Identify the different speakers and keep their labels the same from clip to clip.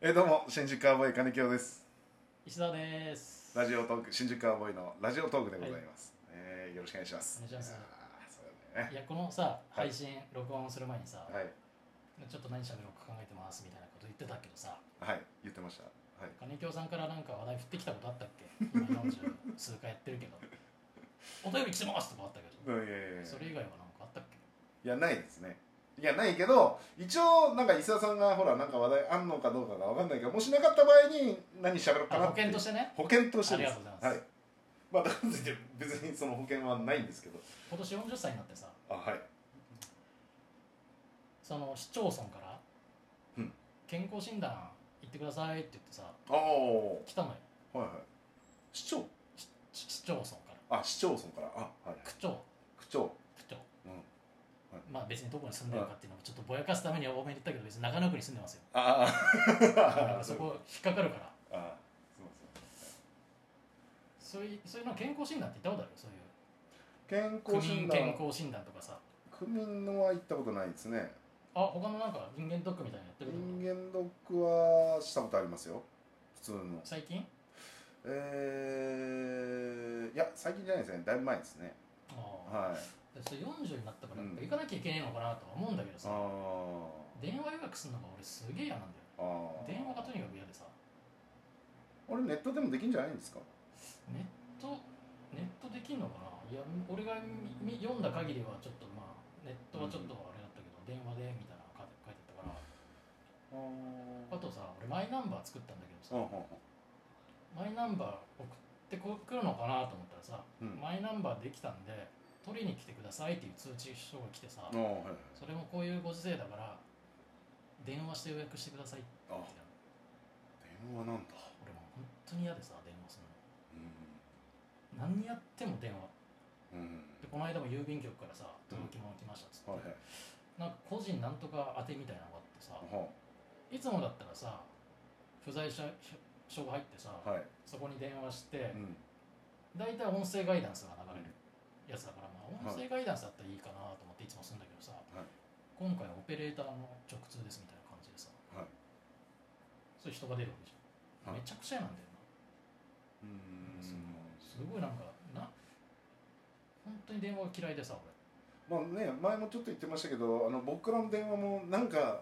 Speaker 1: えーどうも新宿カーボーイ金城です
Speaker 2: 石田です。
Speaker 1: ラジオトーク新宿カーボーイのラジオトークでございます、えーよろしくお願いします
Speaker 2: お願いしま
Speaker 1: あ
Speaker 2: す
Speaker 1: ーそうだよ
Speaker 2: い
Speaker 1: ね
Speaker 2: やこのさ配信、録音する前にさ、
Speaker 1: はい
Speaker 2: ちょっと何喋ろうか考えてますみたいなこと言ってたけどさ
Speaker 1: はい言ってましたはい
Speaker 2: 金京さんからなんか話題振ってきたことあったっけ今40数回やってる けどお便り来てますとかあったけど、
Speaker 1: うんいやいやいや
Speaker 2: それ以外はなんかあったっけ
Speaker 1: いやないですねいやないけど一応なんか伊沢さんがほらなんか話題あんのかどうかがわかんないけどもしなかった場合に何喋ろうか
Speaker 2: あ
Speaker 1: な
Speaker 2: 保険としててね
Speaker 1: 保険としてです
Speaker 2: ありがとうございます
Speaker 1: はいまあだからといって別にその保険はないんですけど
Speaker 2: 今年40歳になってさ
Speaker 1: あはい
Speaker 2: その市町村から、
Speaker 1: うん
Speaker 2: 健康診断行ってくださいって言ってさ
Speaker 1: ああ
Speaker 2: 来たのよ
Speaker 1: はいはい市長
Speaker 2: 市市町村から
Speaker 1: あ市町村からあはい
Speaker 2: 区長
Speaker 1: 区長
Speaker 2: 区長
Speaker 1: うん
Speaker 2: まあ別にどこに住んでるかっていうのもちょっとぼやかすためには多めに言ったけど別に長野区に住ん でますよ
Speaker 1: あ
Speaker 2: だか
Speaker 1: あ
Speaker 2: らそこ引っかかるから
Speaker 1: あそうそう
Speaker 2: そういうそういうの健康診断って言ったことあるそういう
Speaker 1: 健
Speaker 2: 区
Speaker 1: 康診
Speaker 2: 民健
Speaker 1: 断
Speaker 2: 康診断とかさ
Speaker 1: 区民のは行ったことないですね
Speaker 2: あ他のなんか人間ドックみたいなのやってるとこ
Speaker 1: 人間ドックはしたことありますよ普通の
Speaker 2: 最近
Speaker 1: えー、いや最近じゃないですねだいぶ前ですね
Speaker 2: ああ、
Speaker 1: はい
Speaker 2: でそれ40になったから
Speaker 1: うん
Speaker 2: やっぱ行かなきゃいけねえのかなとは思うんだけど
Speaker 1: あ
Speaker 2: さ、
Speaker 1: ー
Speaker 2: 電話予約するのが俺すげえ嫌なんだよ
Speaker 1: あー
Speaker 2: 電話がとにかく嫌でさ
Speaker 1: あれネットでもできんじゃないんですか
Speaker 2: ネットネットできんのかないや俺がみ読んだ限りはちょっとまあネットはちょっとあれだったけど、電話でみたいなの書いて書いてあった
Speaker 1: あ
Speaker 2: からあとさ俺マイナンバー作ったんだけど
Speaker 1: うん
Speaker 2: さ、マイナンバー送ってこ来るのかなと思ったらさ、
Speaker 1: うんうん
Speaker 2: マイナンバーできたんで取りに来てくださいっていう通知書が来てさ、
Speaker 1: あーはいはい
Speaker 2: それもこういうご時世だから電話して予約してくださいって
Speaker 1: あ
Speaker 2: 言って
Speaker 1: 電話なんだ
Speaker 2: 俺もう本当に嫌でさ電話するの
Speaker 1: う
Speaker 2: 何やっても電話
Speaker 1: んうん
Speaker 2: でこの間も郵便局からさ届き物来ましたっつって、
Speaker 1: はいはい
Speaker 2: なんか個人なんとか宛てみたいなのがあってさ
Speaker 1: はい
Speaker 2: つもだったらさ不在者証が入ってさ、
Speaker 1: はい
Speaker 2: そこに電話して、
Speaker 1: うん
Speaker 2: 大体音声ガイダンスが流れるやつだから、まあ、音声ガイダンスだったらいいかなと思っていつもするんだけどさ、
Speaker 1: い
Speaker 2: 今回はオペレーターの直通ですみたいな感じでさ
Speaker 1: はい
Speaker 2: そういう人が出るわけじゃ
Speaker 1: はい
Speaker 2: ん、めちゃくちゃなんだよ
Speaker 1: うん
Speaker 2: な、そのすごいなんかな本当に電話が嫌いでさ俺、
Speaker 1: まあね前もちょっと言ってましたけどあの僕らの電話もなんか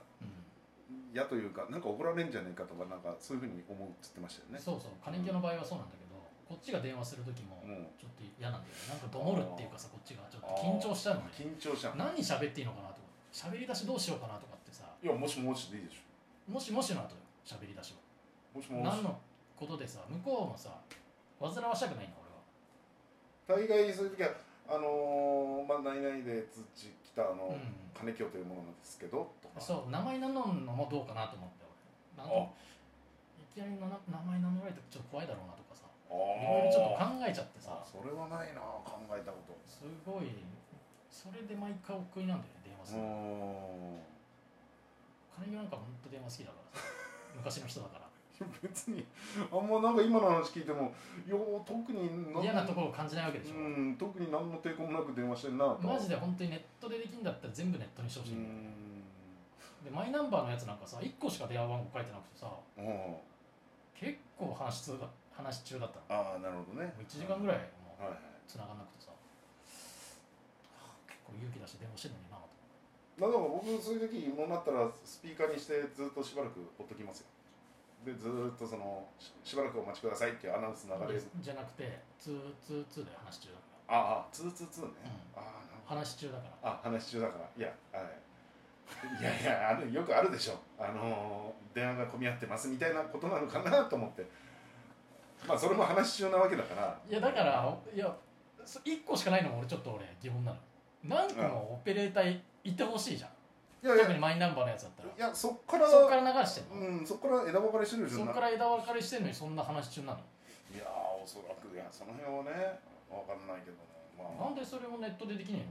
Speaker 1: 嫌というかなんか怒られんじゃないかとかなんかそういうふうに思うって言ってましたよね
Speaker 2: そうそう金木の場合はそうなんだけどこっちが電話する時も
Speaker 1: もう
Speaker 2: ちょっと嫌なんだよねなんかどもるっていうかさこっちがちょっと緊張しちゃうのね
Speaker 1: 緊張した
Speaker 2: 何喋っていいのかなとか喋り出しどうしようかなとかってさ
Speaker 1: いやもしもしでいいでし
Speaker 2: もしもしの後よ喋り出しは
Speaker 1: ょもしもし
Speaker 2: 何のことでさ向こうもさ煩わしたくないんだ
Speaker 1: 大概そういう時はあのー、まあ何々で通知来たあの、
Speaker 2: 俺は、う
Speaker 1: 金
Speaker 2: ん、
Speaker 1: 京というものなんですけどとか
Speaker 2: そう名前名乗るのもどうかなと思って俺なんかいきなりのな名前名乗られてちょっと怖いだろうなとかさ
Speaker 1: あ
Speaker 2: いろいろちょっと考えちゃって
Speaker 1: あ
Speaker 2: さ
Speaker 1: それはないな考えたこ
Speaker 2: すごいそれで毎回お食いなんだよね電話
Speaker 1: と
Speaker 2: す
Speaker 1: うーん
Speaker 2: る金魚なんかほんと電話好き だからさ昔の人だから
Speaker 1: 別にあんまなんか今の話聞いてもよう特に何
Speaker 2: 嫌なところを感じないわけでしょ、
Speaker 1: うん特に何の抵抗もなく電話してんなと
Speaker 2: マジで本当にネットでできんだったら全部ネットにしてほしいんだよねでマイナンバーのやつなんかさ1個しか電話番号書いてなくてさ
Speaker 1: うーんうん
Speaker 2: 結構話し通だ話し中だったの
Speaker 1: ああなるほどね
Speaker 2: もう1時間ぐらい
Speaker 1: は
Speaker 2: も
Speaker 1: いうはい
Speaker 2: 繋がんなくてさ、はあ結構勇気出して電話してんのになと
Speaker 1: まあでも僕そういう時もうなったらスピーカーにしてずっとしばらくほっときますよでずーっとそのししばらくお待ちくださいっていうアナウンス流れる
Speaker 2: じゃなくてツーツーツーで話し中だか
Speaker 1: ああツーツーツーね、
Speaker 2: う
Speaker 1: ああなる
Speaker 2: ら話し中だから
Speaker 1: ほどあ話中だからいやはいいやいやあのよくあるでしょあのー電話が混み合ってますみたいなことなのかなと思ってまあそれも話中なわけだから
Speaker 2: いやだからいやそ1個しかないのも俺ちょっと俺疑問なの何個もオペレーターいてほしいじゃん、
Speaker 1: いやいや
Speaker 2: 特にマイナンバーのやつだったら
Speaker 1: いやそっから
Speaker 2: そっから流してんの、
Speaker 1: うんそっから枝分かれしてるでしょ
Speaker 2: そっ
Speaker 1: な
Speaker 2: から枝分かれしてんのにそんな話し中なの
Speaker 1: いやーおそらくいやその辺はねわかんないけどねまあ
Speaker 2: なんでそれをネットでできね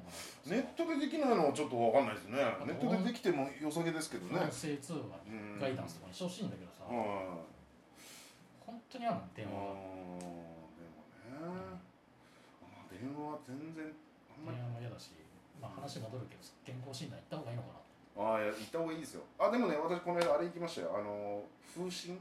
Speaker 2: えの
Speaker 1: ネットでできないのはちょっとわかんないですね
Speaker 2: と。
Speaker 1: ネットでできても良さげですけどね
Speaker 2: 音。声通話
Speaker 1: うん
Speaker 2: ガイダンスとかにしてほしいんだけどさ、
Speaker 1: はい。
Speaker 2: 本当にあるの
Speaker 1: うーんで
Speaker 2: 電話が、
Speaker 1: もね、あ電話全然あんまり
Speaker 2: 電話も嫌だし、まあ、話戻るけど健康診断行った方がいいのかな
Speaker 1: ああいや行った方がいいですよあでもね私この間あれ行きましたよあの風疹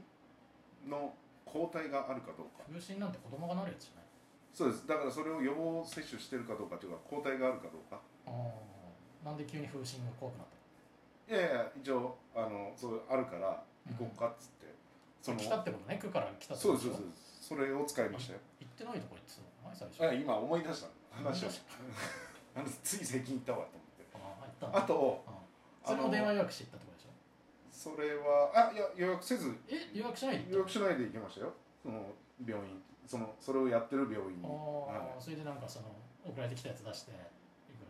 Speaker 1: の抗体があるかどうか
Speaker 2: 風疹なんて子供がなるやつじゃない
Speaker 1: そうですだからそれを予防接種してるかどうかというか抗体があるかどうか
Speaker 2: ああなんで急に風疹が怖くなった
Speaker 1: いやいや一応あのそうあるから行こうかっつって、そ
Speaker 2: の
Speaker 1: の
Speaker 2: 来たってことね区から来たって
Speaker 1: そう
Speaker 2: こと
Speaker 1: ですそうですそれを使いましたよ
Speaker 2: 行ってないとこ行ってたの前最
Speaker 1: あ
Speaker 2: 初
Speaker 1: 今思い出した話を
Speaker 2: 思い出し
Speaker 1: あのつい最近行ったわと思って
Speaker 2: ああ行ったの
Speaker 1: あと
Speaker 2: あ
Speaker 1: あ
Speaker 2: あそれも電話
Speaker 1: の
Speaker 2: 予約して行ったってことでしょ
Speaker 1: それはあいや予約せず
Speaker 2: え予約しないで
Speaker 1: 予
Speaker 2: 行っ
Speaker 1: 約し
Speaker 2: た
Speaker 1: ないで行きましたよその病院そのそれをやってる病院に
Speaker 2: のああ、
Speaker 1: はい
Speaker 2: それでなんかその送られてきたやつ出していく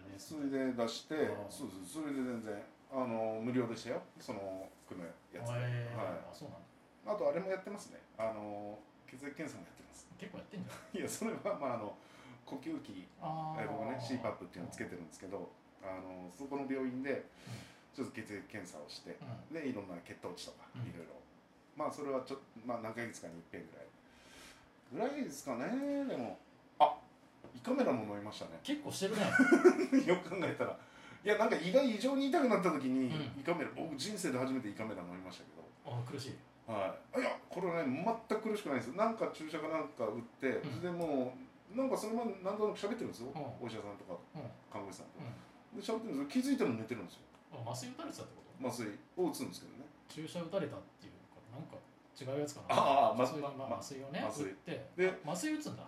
Speaker 2: らです
Speaker 1: それで出して
Speaker 2: ー
Speaker 1: そうそうそれで全然あの無料でしたよその区のやつで、
Speaker 2: えー
Speaker 1: は
Speaker 2: あそうなんだ
Speaker 1: い、あとあれもやってますねあの血液検査もやってます
Speaker 2: 結構やってんじゃん
Speaker 1: いやそれはまああの呼吸器
Speaker 2: あ
Speaker 1: え僕ね CPAP っていうのをつけ
Speaker 2: て
Speaker 1: てるんですけどあのそこの病院でちょっと血液検査をして
Speaker 2: うん
Speaker 1: でいろんな血糖値とか
Speaker 2: うん
Speaker 1: いろいろ、まあそれはちょっと、まあ、何ヶ月かに一遍ぐらいぐらいですかねでもあ胃カメラも飲みましたね
Speaker 2: 結構してるね
Speaker 1: よく考えたらいやなんか胃が異常に痛くなった時に、
Speaker 2: うん
Speaker 1: 胃カメラ僕人生で初めて胃カメラ飲みましたけど
Speaker 2: あ苦しい
Speaker 1: はい、いやこれはね全く苦しくないんですなんか注射かなんか打って、
Speaker 2: うん
Speaker 1: それでもうなんかそのまま何となく喋ってるんですよ、
Speaker 2: うん
Speaker 1: お医者さんとか
Speaker 2: うんうん
Speaker 1: 看護師さんとか、で喋ってるんですよ気づいても寝てるんですよ
Speaker 2: あ麻酔打たれてたってこと
Speaker 1: 麻酔を打つんですけどね
Speaker 2: 注射打たれたっていうかなんか違うやつかな
Speaker 1: ああま
Speaker 2: 普通にま
Speaker 1: ま
Speaker 2: あ麻酔をね
Speaker 1: 麻
Speaker 2: 打
Speaker 1: 酔
Speaker 2: って
Speaker 1: で
Speaker 2: あ麻酔打つんだ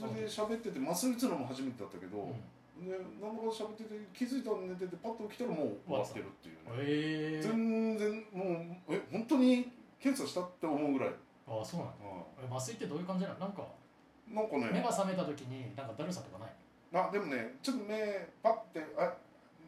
Speaker 1: それで喋ってて麻酔打つのも初めてだったけど、
Speaker 2: うん
Speaker 1: でなんだか喋ってて気づいたら寝ててパッと起きたらもう終わってるっていうね、
Speaker 2: ええー、
Speaker 1: 全然もうえ本当に検査したって思うぐらい、
Speaker 2: あそうなんだ
Speaker 1: う
Speaker 2: え麻酔ってどういう感じなのなんか
Speaker 1: んなんかね
Speaker 2: 目が覚めた時になんかだるさとかない
Speaker 1: あでもねちょっと目パッてあ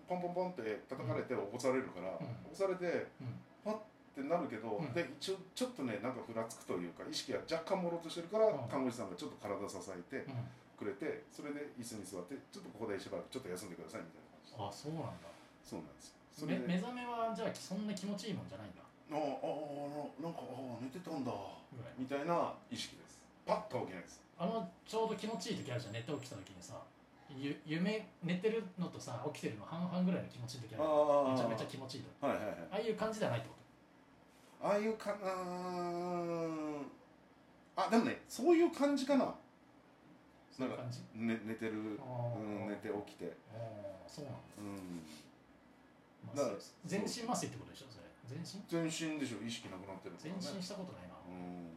Speaker 1: ポンポンポンって叩かれて起こされるから、
Speaker 2: うん
Speaker 1: 起こされて
Speaker 2: うん
Speaker 1: パッてなるけど、
Speaker 2: うん
Speaker 1: で一応ちょっとねなんかふらつくというか意識が若干もろうとしてるから、
Speaker 2: うん
Speaker 1: 看護師さんがちょっと体支えて
Speaker 2: うん
Speaker 1: くれてそれで椅子に座ってちょっとここでしばらくちょっと休んでくださいみたいな感じ
Speaker 2: あそうなんだ
Speaker 1: そうなんですよそれ
Speaker 2: め
Speaker 1: で
Speaker 2: 目覚めはじゃあそんな気持ちいいもんじゃないんだ
Speaker 1: ああああなんかああ寝てたんだ
Speaker 2: ぐらい
Speaker 1: みたいな意識ですパッと起きないです
Speaker 2: あのちょうど気持ちいい時あるじゃん寝て起きた時にさゆ夢寝てるのとさ起きてるの半々ぐらいの気持ちいい時ある
Speaker 1: あめ
Speaker 2: めち
Speaker 1: ち
Speaker 2: ゃ
Speaker 1: ゃ
Speaker 2: め
Speaker 1: め
Speaker 2: ち
Speaker 1: ち
Speaker 2: ゃ気持ちいいと
Speaker 1: ゃはいはいはい
Speaker 2: ああいう感じではないってこ
Speaker 1: ああいうかなーあでもねそういう感じかな
Speaker 2: とそ
Speaker 1: な
Speaker 2: うんいう
Speaker 1: か
Speaker 2: 感じ
Speaker 1: ね、寝てる、う
Speaker 2: あ
Speaker 1: ん、
Speaker 2: ー
Speaker 1: 寝て起きて、
Speaker 2: あーそうなん
Speaker 1: う
Speaker 2: だ
Speaker 1: ん、
Speaker 2: ま
Speaker 1: だ
Speaker 2: あ
Speaker 1: から
Speaker 2: 全身麻酔ってことでしょそれ全身
Speaker 1: 全身でしょ意識なくなってるから
Speaker 2: 全
Speaker 1: ね
Speaker 2: 身したことないな
Speaker 1: うん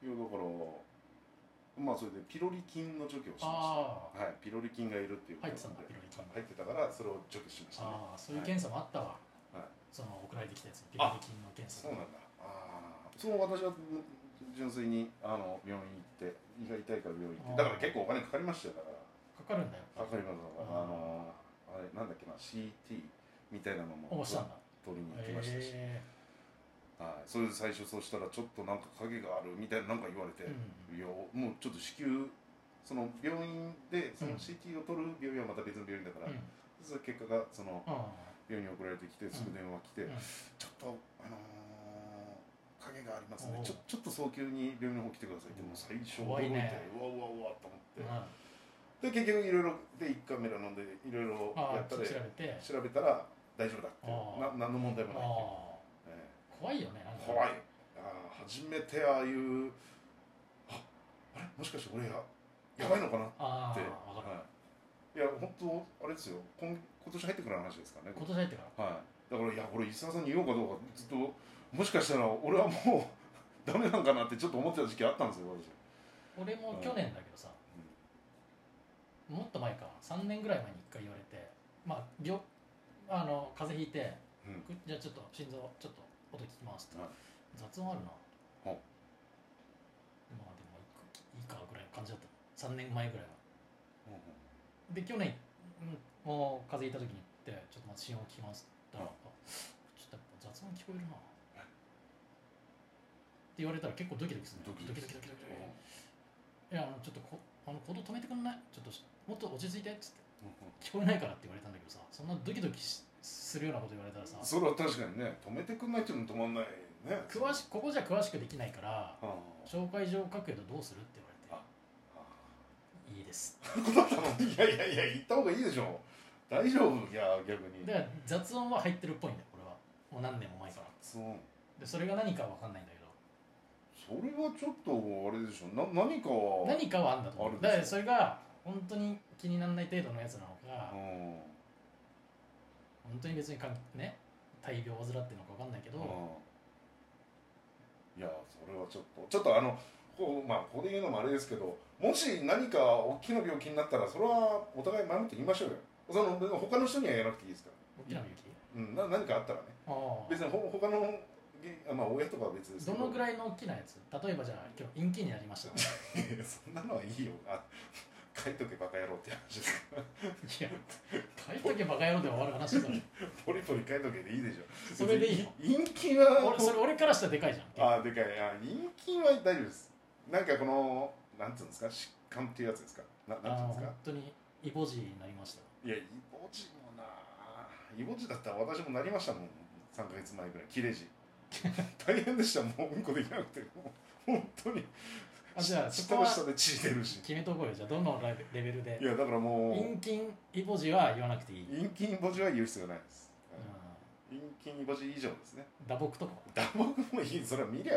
Speaker 1: いやだからまあそれでピロリ菌の除去をしまし
Speaker 2: あ
Speaker 1: たはいピロリ菌がいるっていうこと
Speaker 2: 入っ
Speaker 1: なん
Speaker 2: て
Speaker 1: で
Speaker 2: たんだ
Speaker 1: 入
Speaker 2: ピロリ菌
Speaker 1: ってたからそれを除去しましたね
Speaker 2: ああそういう検査もあったわ、
Speaker 1: はい
Speaker 2: その送られてきたやつピロリ菌の検査
Speaker 1: そうなんだああそう私は純粋にあの病院行って胃が痛いから病院行ってだから結構お金かかりましたよだから
Speaker 2: かかるんだよ
Speaker 1: かかりますだからあのあれなんだっけな CT みたいなの
Speaker 2: お
Speaker 1: も
Speaker 2: うしたんだ
Speaker 1: 取りに行きましたし、
Speaker 2: へ
Speaker 1: はい、それで最初そうしたらちょっとなんか影があるみたいななんか言われて、
Speaker 2: え
Speaker 1: い
Speaker 2: うん
Speaker 1: やもうちょっと子宮その病院でその
Speaker 2: うん
Speaker 1: CT を取る病院はまた別の病院だから、
Speaker 2: うん
Speaker 1: その結果がその
Speaker 2: あ
Speaker 1: 病院に送られてきてすぐ電話来て、
Speaker 2: うん
Speaker 1: ちょっとあのー影がありますね
Speaker 2: おう
Speaker 1: ちょちょっと早急に病院の方来てくださいってもう最初
Speaker 2: 怖
Speaker 1: 驚いて
Speaker 2: いね
Speaker 1: うわうわうわと思って、
Speaker 2: あ
Speaker 1: で結局いろいろで1カメラ飲んでいろいろ
Speaker 2: あ
Speaker 1: やっ
Speaker 2: あ
Speaker 1: た
Speaker 2: 調
Speaker 1: で
Speaker 2: べて
Speaker 1: 調べたら大丈夫だって
Speaker 2: ああ
Speaker 1: な何の問題も
Speaker 2: あ
Speaker 1: ないっていうええ
Speaker 2: あ怖いよねなんか
Speaker 1: 怖いあー初めてああいうああれもしかして俺ややばいのかなっ
Speaker 2: あ
Speaker 1: て
Speaker 2: あ分かる
Speaker 1: はい、いや本当あれですよ今今年入ってくる話ですからね
Speaker 2: 今年入ってから
Speaker 1: はいだからいや俺石澤さんに言おうかどうかずっともしかしたら俺はもう ダメなんかなってちょっと思ってた時期あったんですよ私
Speaker 2: 俺も去年だけどさ、もっと前か3年ぐらい前に1回言われてまあ病あの風邪ひいて
Speaker 1: うん、うん、
Speaker 2: くじゃあちょっと心臓ちょっと音聞きますって、
Speaker 1: はい
Speaker 2: 雑音あるな
Speaker 1: ほう
Speaker 2: まあでもいいかぐらいの感じだった3年前ぐらいはで去年、うん、もう風邪ひいた時に行ってちょっとまず心音聞きますって言ったら、あちょっとやっぱ雑音聞こえるなって言われたら結構ドキドキする
Speaker 1: ド
Speaker 2: の
Speaker 1: キ
Speaker 2: ド
Speaker 1: ド
Speaker 2: キ
Speaker 1: キ
Speaker 2: ドキドキドキいやあのちょっとこあの行動止めてくんないちょっとしもっと落ち着いてっつって聞こえないからって言われたんだけどさそんなドキドキしするようなこと言われたらさ
Speaker 1: それは確かにね止めてくんないっていうのも止まんないね
Speaker 2: 詳
Speaker 1: く
Speaker 2: しここじゃ詳しくできないから
Speaker 1: あ
Speaker 2: 紹介状を書くけどどうするって言われ
Speaker 1: あ
Speaker 2: ていいです
Speaker 1: あいやいやいや行った方がいいでしょ大丈夫いや逆に
Speaker 2: だから雑音は入ってるっぽいんだよこれはもう何年も前から
Speaker 1: そう
Speaker 2: でそれが何かは分かんないんだけど
Speaker 1: それはちょっとあれでしょな何かは
Speaker 2: 何かはあんだと思
Speaker 1: あ
Speaker 2: う
Speaker 1: るでしょ
Speaker 2: だからそれが本当に気にならない程度のやつなのか、
Speaker 1: うん
Speaker 2: 本当に別にかんね大病を患ってるのか分かんないけど、
Speaker 1: うんいやそれはちょっとちょっとあのこうまあここで言うのもあれですけどもし何か大きな病気になったらそれはお互い前もって言いましょうよその他の人にはやらなくていいですか
Speaker 2: 大きな病気、
Speaker 1: ら、うん、な何かあったらね
Speaker 2: ああ
Speaker 1: 別にほ他のげあまあ親とかは別ですけ
Speaker 2: ど
Speaker 1: ど
Speaker 2: のぐ
Speaker 1: い
Speaker 2: らいの大きなやつ例えばじゃあ今日陰気になり ましたい
Speaker 1: そんなのはいいよあ書いとけバカ野郎って話ですから
Speaker 2: や書いとけバカ野郎で終わる話だろ
Speaker 1: ポリポリ書いとけでいいでしょ
Speaker 2: それでいいの
Speaker 1: 陰気は
Speaker 2: 俺それ俺からしたらでかいじゃん
Speaker 1: あーでかいあ陰菌は大丈夫ですなんかこのなんていうんですか疾患っていうやつですかななんていうんです
Speaker 2: 本
Speaker 1: か
Speaker 2: 当にイボ痔になりました
Speaker 1: いやイボ痔もなイボ痔だったら私もなりましたもん3か月前ぐらい切れ痔 大変でしたもううんこできなくてもう本当に
Speaker 2: あじゃあそ
Speaker 1: 下の
Speaker 2: こは
Speaker 1: 下で血出るし
Speaker 2: 決めとこうよじゃあどのレベレベルで
Speaker 1: いやだからも
Speaker 2: 陰菌イボ痔は言わなくていい、うん
Speaker 1: う陰菌イボ痔は言う必要ないです、陰菌イボ痔以上ですね
Speaker 2: 打撲とか
Speaker 1: 打撲もいいそれは見りゃ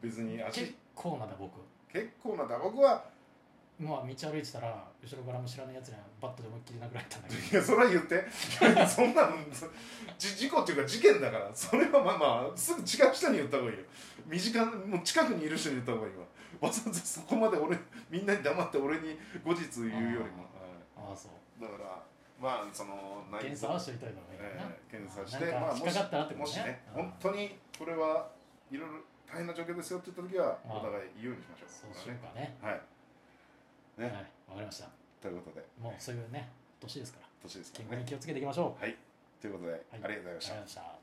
Speaker 1: 別に足
Speaker 2: 結構な打撲
Speaker 1: 結構な打撲は
Speaker 2: まあ道歩いてたら後ろからも知らないやつにバットで思いっきり殴られたんだ けど
Speaker 1: いやそれは言ってそんなのじ事故っていうか事件だからそれはまあまあすぐ違う人に言った方がいいよ身近もう近くにいる人に言った方がいいわわざわざそこまで俺みんなに黙って俺に後日言うよりも、は
Speaker 2: ああそう
Speaker 1: い、だからまあその内
Speaker 2: 検査はしといた方がいいかな、
Speaker 1: ええ検査して
Speaker 2: なんか
Speaker 1: まあ
Speaker 2: 引っ
Speaker 1: も
Speaker 2: か
Speaker 1: し
Speaker 2: かったらってこ
Speaker 1: も
Speaker 2: と
Speaker 1: し
Speaker 2: ね
Speaker 1: ね
Speaker 2: うん
Speaker 1: 本当にこれはいろいろ大変な状況ですよって言った時は
Speaker 2: ああ
Speaker 1: お互い言うようにしましょう
Speaker 2: そうしようかね
Speaker 1: はいね
Speaker 2: はいわかりました
Speaker 1: ということで
Speaker 2: もうそういうね年ですから
Speaker 1: 年ですか
Speaker 2: 健
Speaker 1: ら
Speaker 2: 康に
Speaker 1: ね
Speaker 2: 気をつけていきましょう
Speaker 1: はいということで、ありがとうございました
Speaker 2: ありがとうございました